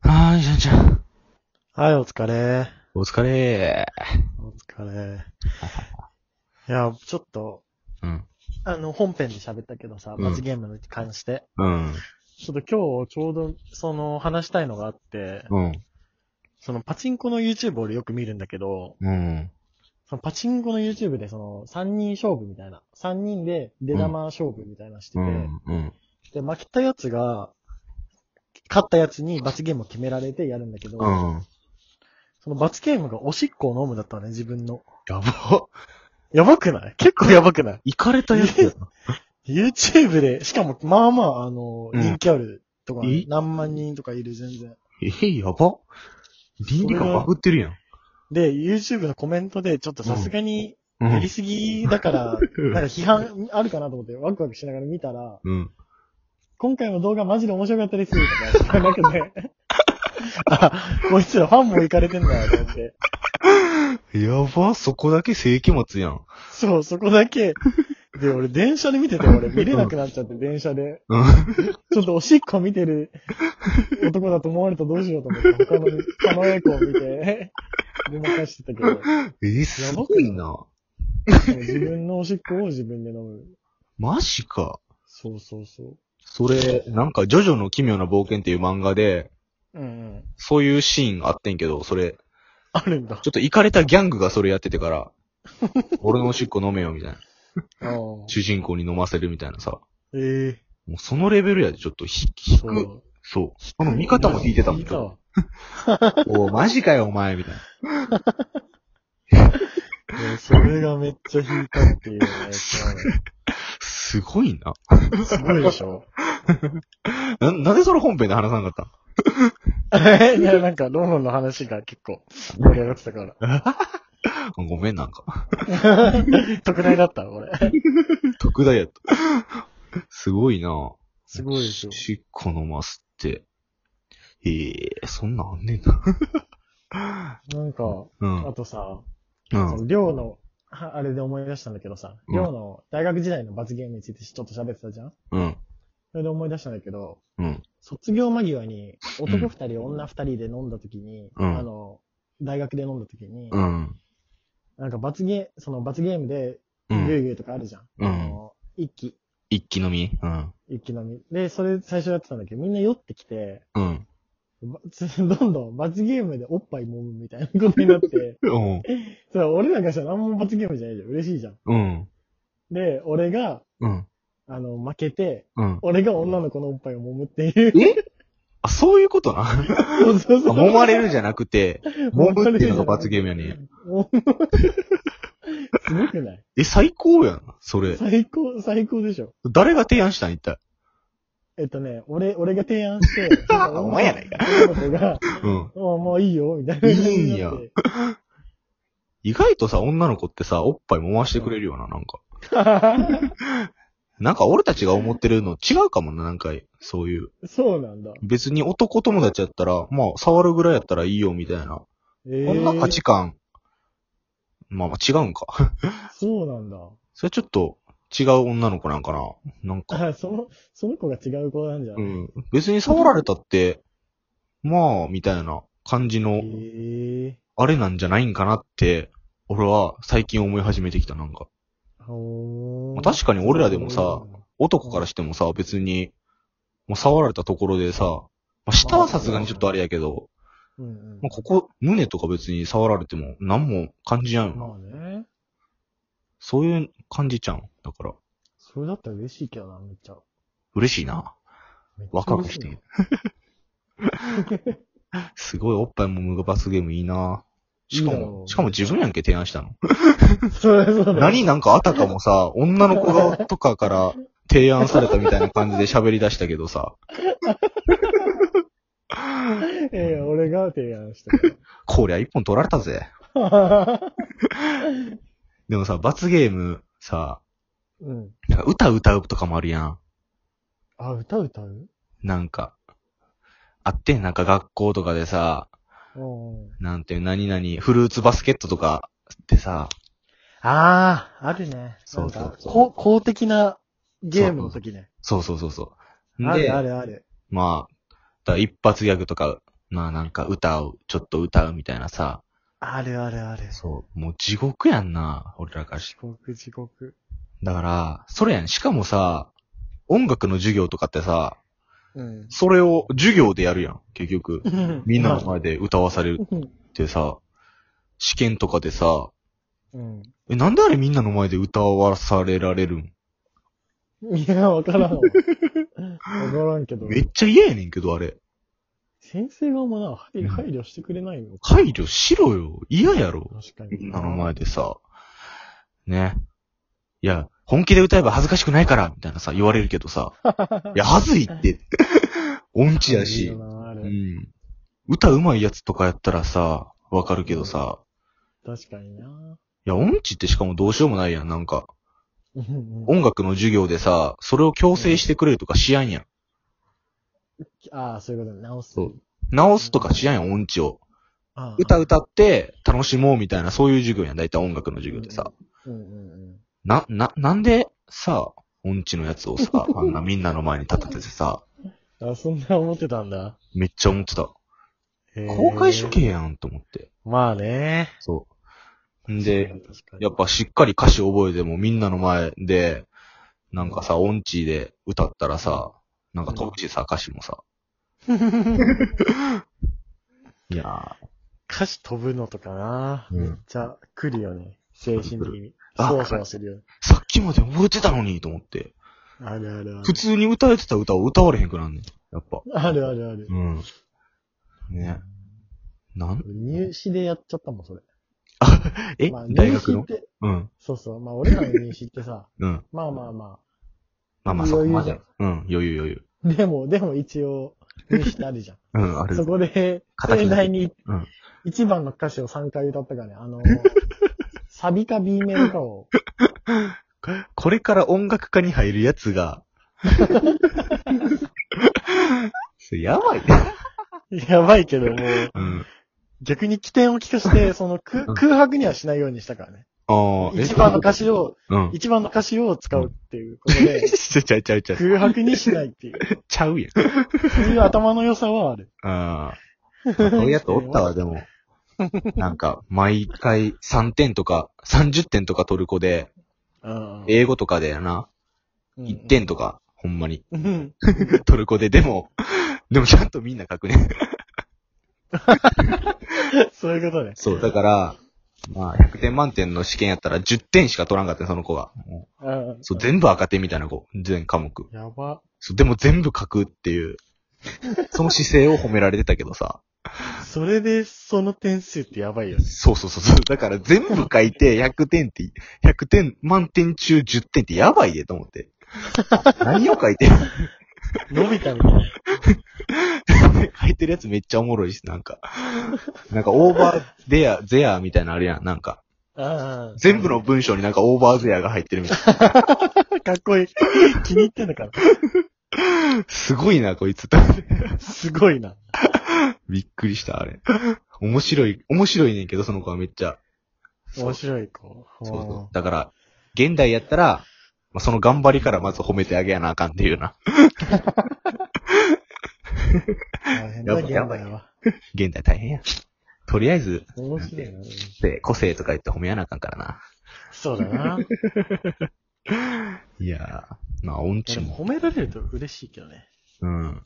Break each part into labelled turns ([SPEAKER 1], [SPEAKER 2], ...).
[SPEAKER 1] はい、じゃんじゃん。
[SPEAKER 2] はい、お疲れ。
[SPEAKER 1] お疲れ
[SPEAKER 2] お疲れ。いや、ちょっと、
[SPEAKER 1] ー。うん。
[SPEAKER 2] あの、本編で喋ったけどさ、
[SPEAKER 1] うん
[SPEAKER 2] 罰ゲームに関して。
[SPEAKER 1] うん。
[SPEAKER 2] ちょっと今日、ちょうど、その、話したいのがあって、
[SPEAKER 1] うん。
[SPEAKER 2] その、パチンコの YouTube 俺よく見るんだけど、
[SPEAKER 1] うん。
[SPEAKER 2] そのパチンコの YouTube で、その、三人勝負みたいな。三人で出玉勝負みたいなのしてて、
[SPEAKER 1] うん。うん。
[SPEAKER 2] で、負けたやつが、勝ったやつに罰ゲームを決められてやるんだけど、
[SPEAKER 1] うん。
[SPEAKER 2] その罰ゲームがおしっこを飲むだったのね、自分の。
[SPEAKER 1] やば。
[SPEAKER 2] やばくない結構やばくない
[SPEAKER 1] 行かれたやつやな。
[SPEAKER 2] YouTube で、しかも、まあまあ、あの、
[SPEAKER 1] うん
[SPEAKER 2] 人気あるとか、
[SPEAKER 1] え
[SPEAKER 2] 何万人とかいる、全然。
[SPEAKER 1] えー、やば。倫理観バグってるやん。
[SPEAKER 2] で、YouTube のコメントで、ちょっとさすがに、
[SPEAKER 1] う
[SPEAKER 2] やり
[SPEAKER 1] ん。
[SPEAKER 2] すぎだから、なんか批判あるかなと思って、ワクワクしながら見たら、
[SPEAKER 1] うん。
[SPEAKER 2] 今回の動画マジで面白かったです、とか言わなく て。あ、こいつらファンも行かれてんだ、と思って。
[SPEAKER 1] やば、そこだけ世紀末やん。
[SPEAKER 2] そう、そこだけ。で、俺、電車で見てて、俺、見れなくなっちゃって、電車で。
[SPEAKER 1] うん。
[SPEAKER 2] ちょっとおしっこ見てる男だと思われたらどうしようと思って、他の狩野英孝を見て、ごまかしてたけど、
[SPEAKER 1] えー、すごいな。
[SPEAKER 2] 自分のおしっこを自分で飲む。
[SPEAKER 1] マジか。
[SPEAKER 2] そうそうそ
[SPEAKER 1] それ、なんか、ジョジョの奇妙な冒険っていう漫画で、
[SPEAKER 2] う。うんうん。
[SPEAKER 1] そういうシーンあってんけど、それ、
[SPEAKER 2] あるんだ。
[SPEAKER 1] ちょっと行かれたギャングがそれやってて から、俺のおしっこ飲めよ、みたいな。
[SPEAKER 2] ああ
[SPEAKER 1] 主人公に飲ませるみたいなさ。
[SPEAKER 2] ええ
[SPEAKER 1] もうそのレベルやで、ちょっとひ、ひ
[SPEAKER 2] そ
[SPEAKER 1] く。
[SPEAKER 2] う。
[SPEAKER 1] そう。その見方も引いてたもん。
[SPEAKER 2] 引いたわ。
[SPEAKER 1] おマジかよ、お前、みたいな。
[SPEAKER 2] いやそれがめっちゃ引いたって いうね。そう
[SPEAKER 1] すごいな。
[SPEAKER 2] すごいでしょ。
[SPEAKER 1] な、なんでそれ本編で話さなかっ
[SPEAKER 2] いや、なんか、ローンの話が結構盛り上がってた から。
[SPEAKER 1] たんごめん、なんか。
[SPEAKER 2] 特大だった、これ。
[SPEAKER 1] 特大やった。すごいな。
[SPEAKER 2] すごいでしょ
[SPEAKER 1] お。しっこ飲ますって。ええそんなんあんねんな。
[SPEAKER 2] なんか、
[SPEAKER 1] うん
[SPEAKER 2] あ。とさ、
[SPEAKER 1] うん
[SPEAKER 2] そ。の寮の、はあれで思い出したんだけどさ、
[SPEAKER 1] うん
[SPEAKER 2] 寮の大学時代の罰ゲームについてちょっと喋ってたじゃん
[SPEAKER 1] うん。
[SPEAKER 2] それで思い出したんだけど、
[SPEAKER 1] うん。
[SPEAKER 2] 卒業間際に
[SPEAKER 1] う
[SPEAKER 2] 男
[SPEAKER 1] ん
[SPEAKER 2] 二人、女二人で飲んだ時に、
[SPEAKER 1] うん
[SPEAKER 2] あの、大学で飲んだ時に、
[SPEAKER 1] うん。
[SPEAKER 2] なんか罰ゲー、その罰ゲームで、
[SPEAKER 1] う
[SPEAKER 2] ギュー
[SPEAKER 1] ん。
[SPEAKER 2] ギューとかあるじゃん。
[SPEAKER 1] うん
[SPEAKER 2] あの一気、
[SPEAKER 1] 一気飲みうん。
[SPEAKER 2] 一気飲み。で、それ最初やってたんだけど、みんな酔ってきて、
[SPEAKER 1] うん。
[SPEAKER 2] ばどんどん罰 ゲームでおっぱい揉むみたいなことになって、
[SPEAKER 1] うん。
[SPEAKER 2] それ俺らがしたら何も罰ゲームじゃないじゃん。嬉しいじゃん。
[SPEAKER 1] うん。
[SPEAKER 2] で、俺が、
[SPEAKER 1] うん。
[SPEAKER 2] あの、負けて、
[SPEAKER 1] うん。
[SPEAKER 2] 俺が女の子のおっぱいを揉むっていう。
[SPEAKER 1] あ、そういうことな。あ
[SPEAKER 2] そうそうそう。
[SPEAKER 1] 揉まれるじゃなくて、揉むっていうのが罰ゲームやねん。
[SPEAKER 2] 揉むすごくない
[SPEAKER 1] え、最高やん、それ。
[SPEAKER 2] 最高、最高でしょ。
[SPEAKER 1] 誰が提案したん一体。
[SPEAKER 2] えっとね、俺、俺が提案して、
[SPEAKER 1] お前やないか。
[SPEAKER 2] 女の子が、
[SPEAKER 1] うん。
[SPEAKER 2] もうもういいよ、みたいな感じになって。
[SPEAKER 1] いいんや意外とさ、女の子ってさ、おっぱい揉ましてくれるよな、なんか。なんか俺たちが思ってるの違うかもな、なんか、そういう。
[SPEAKER 2] そうなんだ。
[SPEAKER 1] 別に男友達やったら、まあ、触るぐらいやったらいいよ、みたいな。
[SPEAKER 2] え
[SPEAKER 1] こんな価
[SPEAKER 2] ー、
[SPEAKER 1] 値観。まあまあ、違うんか。
[SPEAKER 2] そうなんだ。
[SPEAKER 1] それちょっと、違う女の子なんかな。なんか。
[SPEAKER 2] あ、その、その子が違う子なんじゃん。
[SPEAKER 1] う
[SPEAKER 2] え
[SPEAKER 1] ん。別に触られたって、まあ、みたいな感じの、
[SPEAKER 2] え
[SPEAKER 1] あれなんじゃないんかなって、俺は最近思い始めてきた、なんか。
[SPEAKER 2] ー。ほー
[SPEAKER 1] 確かに俺らでもさ、男からしてもさ、別に、もう触られたところでさ、まあ、下はさすがにちょっとあれやけど、
[SPEAKER 2] うんうん
[SPEAKER 1] まあ、ここ、胸とか別に触られても何も感じやんよな。
[SPEAKER 2] まあね。
[SPEAKER 1] そういう感じちゃうん。だから、
[SPEAKER 2] それだったら嬉しいけどな、めっちゃ。
[SPEAKER 1] 嬉しいな。
[SPEAKER 2] めっちゃ
[SPEAKER 1] ワクワクして
[SPEAKER 2] 嬉
[SPEAKER 1] る
[SPEAKER 2] い。
[SPEAKER 1] すごいおっぱいもむが罰ゲームいいな。しか
[SPEAKER 2] いいだろ
[SPEAKER 1] も、
[SPEAKER 2] う
[SPEAKER 1] しかも自分やんけ提案したの。
[SPEAKER 2] な。 そうそうだよ
[SPEAKER 1] 何なんかあたかもさ、女の子側とかから提案されたみたいな感じで喋り出したけどさ、
[SPEAKER 2] ええ俺が提案したか
[SPEAKER 1] こりゃ一本取られたぜ。
[SPEAKER 2] ら。
[SPEAKER 1] でもさ、罰ゲームさ、
[SPEAKER 2] うん。
[SPEAKER 1] なんか歌歌うとかもあるやん。
[SPEAKER 2] あ、歌歌う
[SPEAKER 1] なんか、あってん、なんか学校とかでさ、
[SPEAKER 2] うん。
[SPEAKER 1] なんていう、何々、フルーツバスケットとかってさ、
[SPEAKER 2] ああ、あるね。
[SPEAKER 1] そうそうそう
[SPEAKER 2] なんかこう公的なゲームの時ね。
[SPEAKER 1] そうそうそうそう。
[SPEAKER 2] あ
[SPEAKER 1] で
[SPEAKER 2] るあ、るある。
[SPEAKER 1] まあ、だから一発ギャグとか、まあなんか歌を、ちょっと歌うみたいなさ、
[SPEAKER 2] あるあるある。
[SPEAKER 1] そう、もう地獄やんな、俺らからし
[SPEAKER 2] 地獄地獄。
[SPEAKER 1] だから、それやん。しかもさ、音楽の授業とかってさ、
[SPEAKER 2] うん。
[SPEAKER 1] それを授業でやるやん、結局。 みんなの前で歌わされる
[SPEAKER 2] うん。
[SPEAKER 1] ってさ、試験とかでさ、
[SPEAKER 2] うん。
[SPEAKER 1] え、なんであれみんなの前で歌わされられるん
[SPEAKER 2] いや、わからんわ。わからんけど。
[SPEAKER 1] めっちゃ嫌やねんけど、あれ。
[SPEAKER 2] 先生側もな、配
[SPEAKER 1] うん
[SPEAKER 2] 慮配慮してくれないの
[SPEAKER 1] 配慮しろよ。嫌やろ。
[SPEAKER 2] 確かに。
[SPEAKER 1] みんなの前でさ、ね。いや、本気で歌えば恥ずかしくないから、みたいなさ、言われるけどさ、いや、 恥ずいって、音痴や
[SPEAKER 2] いい
[SPEAKER 1] し
[SPEAKER 2] よ、なあれ
[SPEAKER 1] うん。歌うまいやつとかやったらさ、わかるけどさ、
[SPEAKER 2] 確かにな。
[SPEAKER 1] いや、音痴ってしかもどうしようもないやん、なんか。
[SPEAKER 2] うんうん
[SPEAKER 1] 音楽の授業でさ、それを強制してくれるとかしやんやん。
[SPEAKER 2] ああ、そういうことね直す。
[SPEAKER 1] そう直すとかしやんやん、音痴を。
[SPEAKER 2] ああ
[SPEAKER 1] 歌歌って楽しもうみたいな、そういう授業やん、大体音楽の授業でさ。
[SPEAKER 2] うんうん
[SPEAKER 1] な、な、なんでさ、音痴のやつを さ、あんなみんなの前に立ててさ、
[SPEAKER 2] うん。あ、そんな思ってたんだ。
[SPEAKER 1] めっちゃ思ってた。
[SPEAKER 2] へえ
[SPEAKER 1] 公開処刑やんと思って。
[SPEAKER 2] まあね。
[SPEAKER 1] そう。んで、
[SPEAKER 2] 確かに、
[SPEAKER 1] やっぱしっかり歌詞覚えてもみんなの前で、なんかさ、音痴で歌ったらさ、なんか飛ぶしさ、歌詞も さ。いや
[SPEAKER 2] 歌詞飛ぶのとかな。
[SPEAKER 1] うん
[SPEAKER 2] めっちゃ来るよね。精神的に。
[SPEAKER 1] あ
[SPEAKER 2] そうそうするよね。
[SPEAKER 1] ー、さっきまで覚えてたのにと思って。
[SPEAKER 2] あるあるある
[SPEAKER 1] 普。通に歌えてた歌を歌われへんくなんねん。やっぱ。
[SPEAKER 2] あるあるある。
[SPEAKER 1] うん。ね。なん
[SPEAKER 2] 入試でやっちゃったもん、それ。
[SPEAKER 1] え、
[SPEAKER 2] まあ、
[SPEAKER 1] 大
[SPEAKER 2] 入
[SPEAKER 1] 学
[SPEAKER 2] 試っ
[SPEAKER 1] の
[SPEAKER 2] て、
[SPEAKER 1] うん。
[SPEAKER 2] そうそう。まあ、俺らの入試ってさ、
[SPEAKER 1] うん。
[SPEAKER 2] まあまあま
[SPEAKER 1] まあまあ、そこま
[SPEAKER 2] 余裕じ
[SPEAKER 1] で
[SPEAKER 2] ゃん。
[SPEAKER 1] うん、余裕余裕。
[SPEAKER 2] あ。でも、でも一応、入試ってあるじゃん。
[SPEAKER 1] うん、ある
[SPEAKER 2] そ。こで、
[SPEAKER 1] 形
[SPEAKER 2] 盛
[SPEAKER 1] に
[SPEAKER 2] 大に
[SPEAKER 1] うん、
[SPEAKER 2] 一番の歌詞を3回歌ったからね、あの、 サビか B 面かを、
[SPEAKER 1] これから音楽家に入るやつが、 それやばいね。
[SPEAKER 2] やばいけどもう、
[SPEAKER 1] うん。
[SPEAKER 2] 逆に起点を聞かして、その空
[SPEAKER 1] うん
[SPEAKER 2] 空白にはしないようにしたからね。
[SPEAKER 1] ああ、え
[SPEAKER 2] 一番の歌詞を、
[SPEAKER 1] うん。
[SPEAKER 2] 一番の歌詞を使うっていうこと で、
[SPEAKER 1] ちゃちゃちゃちゃ、
[SPEAKER 2] 空白にしないっていう、
[SPEAKER 1] ちゃうやん。
[SPEAKER 2] そういう頭の良さはある。
[SPEAKER 1] ああ。そういうやつおったわ、でも。なんか、毎回3点とか、30点とか取る子で、
[SPEAKER 2] うん
[SPEAKER 1] 英語とかでやな、
[SPEAKER 2] うん
[SPEAKER 1] 1点とか、ほんまに、
[SPEAKER 2] うん。
[SPEAKER 1] 取る子で、でも、でもちゃんとみんな書くね。
[SPEAKER 2] そういうことね。
[SPEAKER 1] そう、だから、まあ、100点満点の試験やったら10点しか取らんかったね、その子が。もう
[SPEAKER 2] うん
[SPEAKER 1] そう、全部赤点みたいな子、全科目。
[SPEAKER 2] やば。
[SPEAKER 1] そう、でも全部書くっていう、その姿勢を褒められてたけどさ。
[SPEAKER 2] それで、その点数ってやばいよね。
[SPEAKER 1] そうそうそうそう。だから全部書いて100点って、100点満点中10点ってやばいでと思って。何を書いてる
[SPEAKER 2] 伸びたみたいな。
[SPEAKER 1] 書いてるやつめっちゃおもろいし、なんか。なんかオーバーデア、ゼアみたいなのあるやん、なんか。
[SPEAKER 2] ああ。
[SPEAKER 1] 全部の文章になんかオーバーゼアが入ってるみたいな。
[SPEAKER 2] かっこいい。気に入ってんのか
[SPEAKER 1] すごいな、こいつ。
[SPEAKER 2] な。すごいな。
[SPEAKER 1] びっくりした、あれ。面白い、面白いねんけど、その子はめっちゃ。
[SPEAKER 2] 面白い子。
[SPEAKER 1] そうそう。だから、現代やったら、まあ、その頑張りからまず褒めてあげやなあかんっていうな。
[SPEAKER 2] 大変だ、
[SPEAKER 1] やば
[SPEAKER 2] 現
[SPEAKER 1] い
[SPEAKER 2] 代
[SPEAKER 1] やばい
[SPEAKER 2] は。
[SPEAKER 1] 現代大変や。とりあえず、
[SPEAKER 2] 面白いな。
[SPEAKER 1] で個性とか言って褒めやなあかんからな。
[SPEAKER 2] そう だな。
[SPEAKER 1] いやー、まあ、音
[SPEAKER 2] で
[SPEAKER 1] 痴
[SPEAKER 2] も
[SPEAKER 1] も。
[SPEAKER 2] 褒められると嬉しいけどね。
[SPEAKER 1] うん。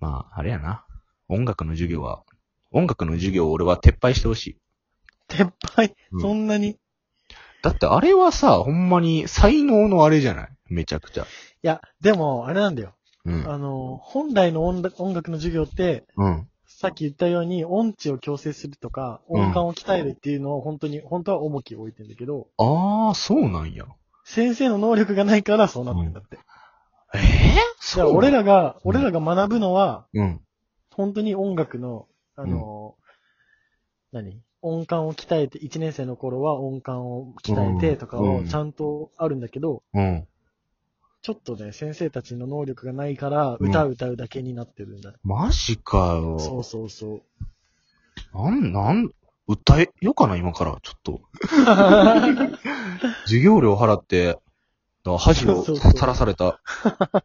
[SPEAKER 1] まあ、あれやな。音楽の授業は、音楽の授業を俺は撤廃してほしい。
[SPEAKER 2] 撤廃、
[SPEAKER 1] うん
[SPEAKER 2] そんなに。い
[SPEAKER 1] だってあれはさ、ほんまに才能のあれじゃないめちゃくちゃ。
[SPEAKER 2] や、でも、あれなんだよ。
[SPEAKER 1] うん。
[SPEAKER 2] あの、本来の音楽音楽の授業って、
[SPEAKER 1] うん。
[SPEAKER 2] さっき言ったように音痴を矯正するとか、
[SPEAKER 1] うん
[SPEAKER 2] 音感を鍛えるっていうのを本当に、本当は重きを置いてんだけど、
[SPEAKER 1] ああ、そうなんや。
[SPEAKER 2] 先生の能力がないからそうなってんだって。
[SPEAKER 1] ええ
[SPEAKER 2] じゃあ、俺らが、俺らが学ぶのは、
[SPEAKER 1] うん。
[SPEAKER 2] 本当に音楽の、あの、何音感を鍛えて、1年生の頃は音感を鍛えてとか
[SPEAKER 1] うんう
[SPEAKER 2] を
[SPEAKER 1] ん
[SPEAKER 2] ちゃんとあるんだけど、
[SPEAKER 1] うん。
[SPEAKER 2] ちょっとね、先生たちの能力がないから、
[SPEAKER 1] うん
[SPEAKER 2] 歌う歌うだけになってるんだ。
[SPEAKER 1] マジかよ。
[SPEAKER 2] そうそうそう。
[SPEAKER 1] なん、なん、訴えようかな、今から、ちょっ と。授業料払って、だから恥を
[SPEAKER 2] そうそうそう
[SPEAKER 1] さらされた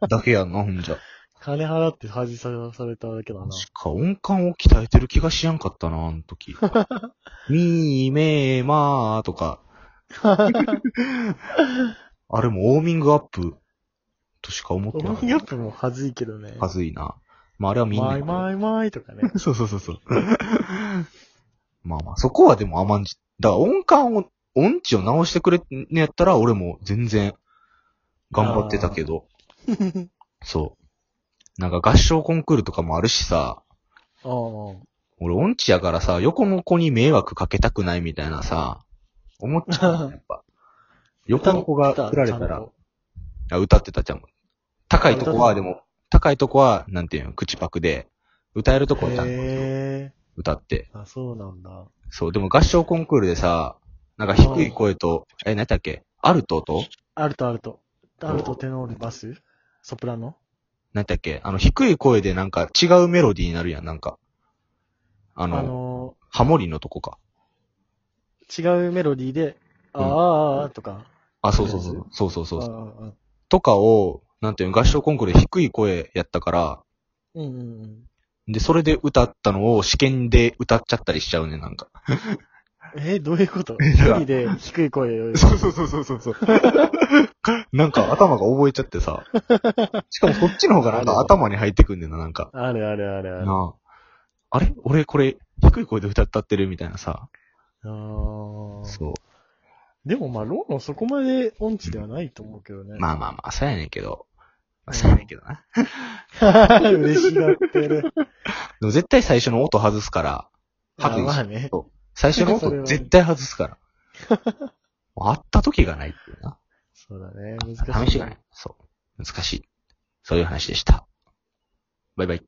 [SPEAKER 1] だけやんな、ほんじゃ。
[SPEAKER 2] 金払って恥じされただけだな。
[SPEAKER 1] 確か音感を鍛えてる気がしやんかったな、あの 時。みーめーまーと か。あれもウォーミングアップとしか思って
[SPEAKER 2] オ
[SPEAKER 1] な
[SPEAKER 2] ー
[SPEAKER 1] い
[SPEAKER 2] ミングアップも恥ずいけどね。
[SPEAKER 1] はずいな。まああれはみんな
[SPEAKER 2] マイ
[SPEAKER 1] で。
[SPEAKER 2] マイマイとかね。
[SPEAKER 1] そうそうそうそう。まあまあ、そこはでも甘んじ。だから音感を、音痴を直してくれんねやったら、俺も全然、頑張ってたけど。そう。なんか合唱コンクールとかもあるしさ、
[SPEAKER 2] ああ。
[SPEAKER 1] 俺音痴やからさ、横の子に迷惑かけたくないみたいなさ、思っちゃうよね、やっぱ。横の子が振られたら、あ歌ってたちゃんも。高いとこは、でも、高いとこは、なんていうの、口パクで、歌えるとこはちゃんと
[SPEAKER 2] へえ。
[SPEAKER 1] 歌って。
[SPEAKER 2] あ、そうなんだ。
[SPEAKER 1] そう、でも合唱コンクールでさ、なんか低い声と、え、何やったっけアルトと
[SPEAKER 2] アルトアルト。アルト、テノール、バスソプラノ
[SPEAKER 1] 何やったっけあの、低い声でなんか違うメロディーになるやん、なんか。あ
[SPEAKER 2] あ
[SPEAKER 1] の、
[SPEAKER 2] の
[SPEAKER 1] ハモリのとこか。
[SPEAKER 2] ー、違うメロディーで、あーあーあーとか。
[SPEAKER 1] あ、そうそうそう。そうそうそう
[SPEAKER 2] あ
[SPEAKER 1] そう。
[SPEAKER 2] ーあー
[SPEAKER 1] とかを、なんていうの、合唱コンクールで低い声やったから、
[SPEAKER 2] うんうんうん。
[SPEAKER 1] で、それで歌ったのを試験で歌っちゃったりしちゃうね、なんか。
[SPEAKER 2] えー、どういうこと
[SPEAKER 1] えだ
[SPEAKER 2] 一
[SPEAKER 1] から
[SPEAKER 2] 人で低い声 を。
[SPEAKER 1] そうそうそうそうそう。なんか頭が覚えちゃってさ。しかもそっちの方がなんか頭に入ってくんねんな、なんか。
[SPEAKER 2] あるあるあるある。あ
[SPEAKER 1] なあ。あれ俺これ、低い声で歌ってるみたいなさ。
[SPEAKER 2] ー
[SPEAKER 1] そ
[SPEAKER 2] でもまあ、ローロンそこまで音痴ではないと思うけどね
[SPEAKER 1] う。。まあまあまあ、そうやねんけど。ま
[SPEAKER 2] う
[SPEAKER 1] あ、
[SPEAKER 2] ん
[SPEAKER 1] そうやねんけどな。
[SPEAKER 2] 嬉しがっ てる。
[SPEAKER 1] でも絶対最初の音外すから。
[SPEAKER 2] あ
[SPEAKER 1] 外
[SPEAKER 2] まあ
[SPEAKER 1] す。
[SPEAKER 2] ね。
[SPEAKER 1] 最初の
[SPEAKER 2] それ
[SPEAKER 1] 音
[SPEAKER 2] は
[SPEAKER 1] 絶対外すから。 もう会った時がないっていうな。
[SPEAKER 2] そうだね。難しい。
[SPEAKER 1] 試しがない。そう。難しい。そういう話でした。バイバイ。